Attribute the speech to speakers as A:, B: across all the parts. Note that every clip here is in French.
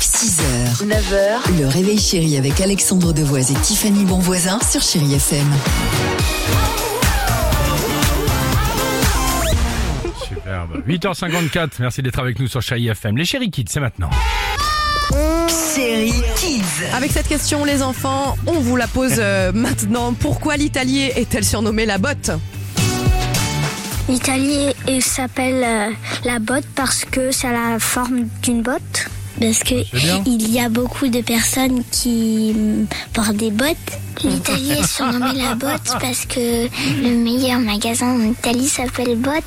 A: 6h, 9h, le réveil chéri avec Alexandre Devoise et Tiffany Bonvoisin sur Chérie FM.
B: Superbe. 8h54, merci d'être avec nous sur Chai FM. Les chéri kids, c'est maintenant.
A: Chérie Kids.
C: Avec cette question, les enfants, on vous la pose euh, maintenant. Pourquoi l'Italie est-elle surnommée la botte
D: L'Italie il s'appelle euh, la botte parce que ça a la forme d'une botte. Parce que
B: C'est bien.
D: il y a beaucoup de personnes qui mm, portent des bottes. L'Italie est surnommée la botte parce que le meilleur magasin en Italie s'appelle Botte.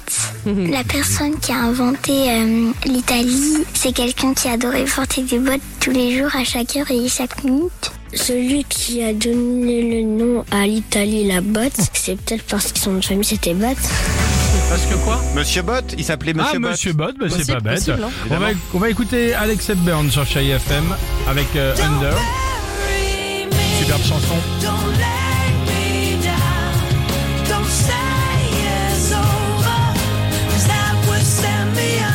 D: La personne qui a inventé euh, l'Italie, c'est quelqu'un qui adorait porter des bottes tous les jours à chaque heure et chaque minute. Celui qui a donné le nom à l'Italie la botte, c'est peut-être parce que son famille c'était Botte.
B: Parce que quoi
E: Monsieur Bott, il s'appelait Monsieur
B: Ah,
E: Bott.
B: Monsieur Bot, bah, c'est
C: Possible,
B: pas bête.
C: possible, hein.
B: on, va, on va écouter Alex Hepburn sur Chai FM avec euh, Under. Superbe chanson.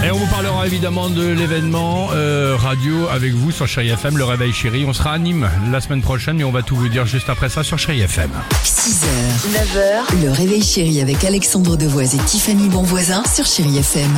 B: Et on vous parlera évidemment de l'événement euh, radio avec vous sur Chai FM, le réveil chéri. On sera à Nîmes la semaine prochaine, mais on va tout vous dire juste après ça sur Chai FM.
A: 6h, 9h, le réveil chéri avec Alexandre Devoise et Tiffany Bonvoisin sur Chérie FM.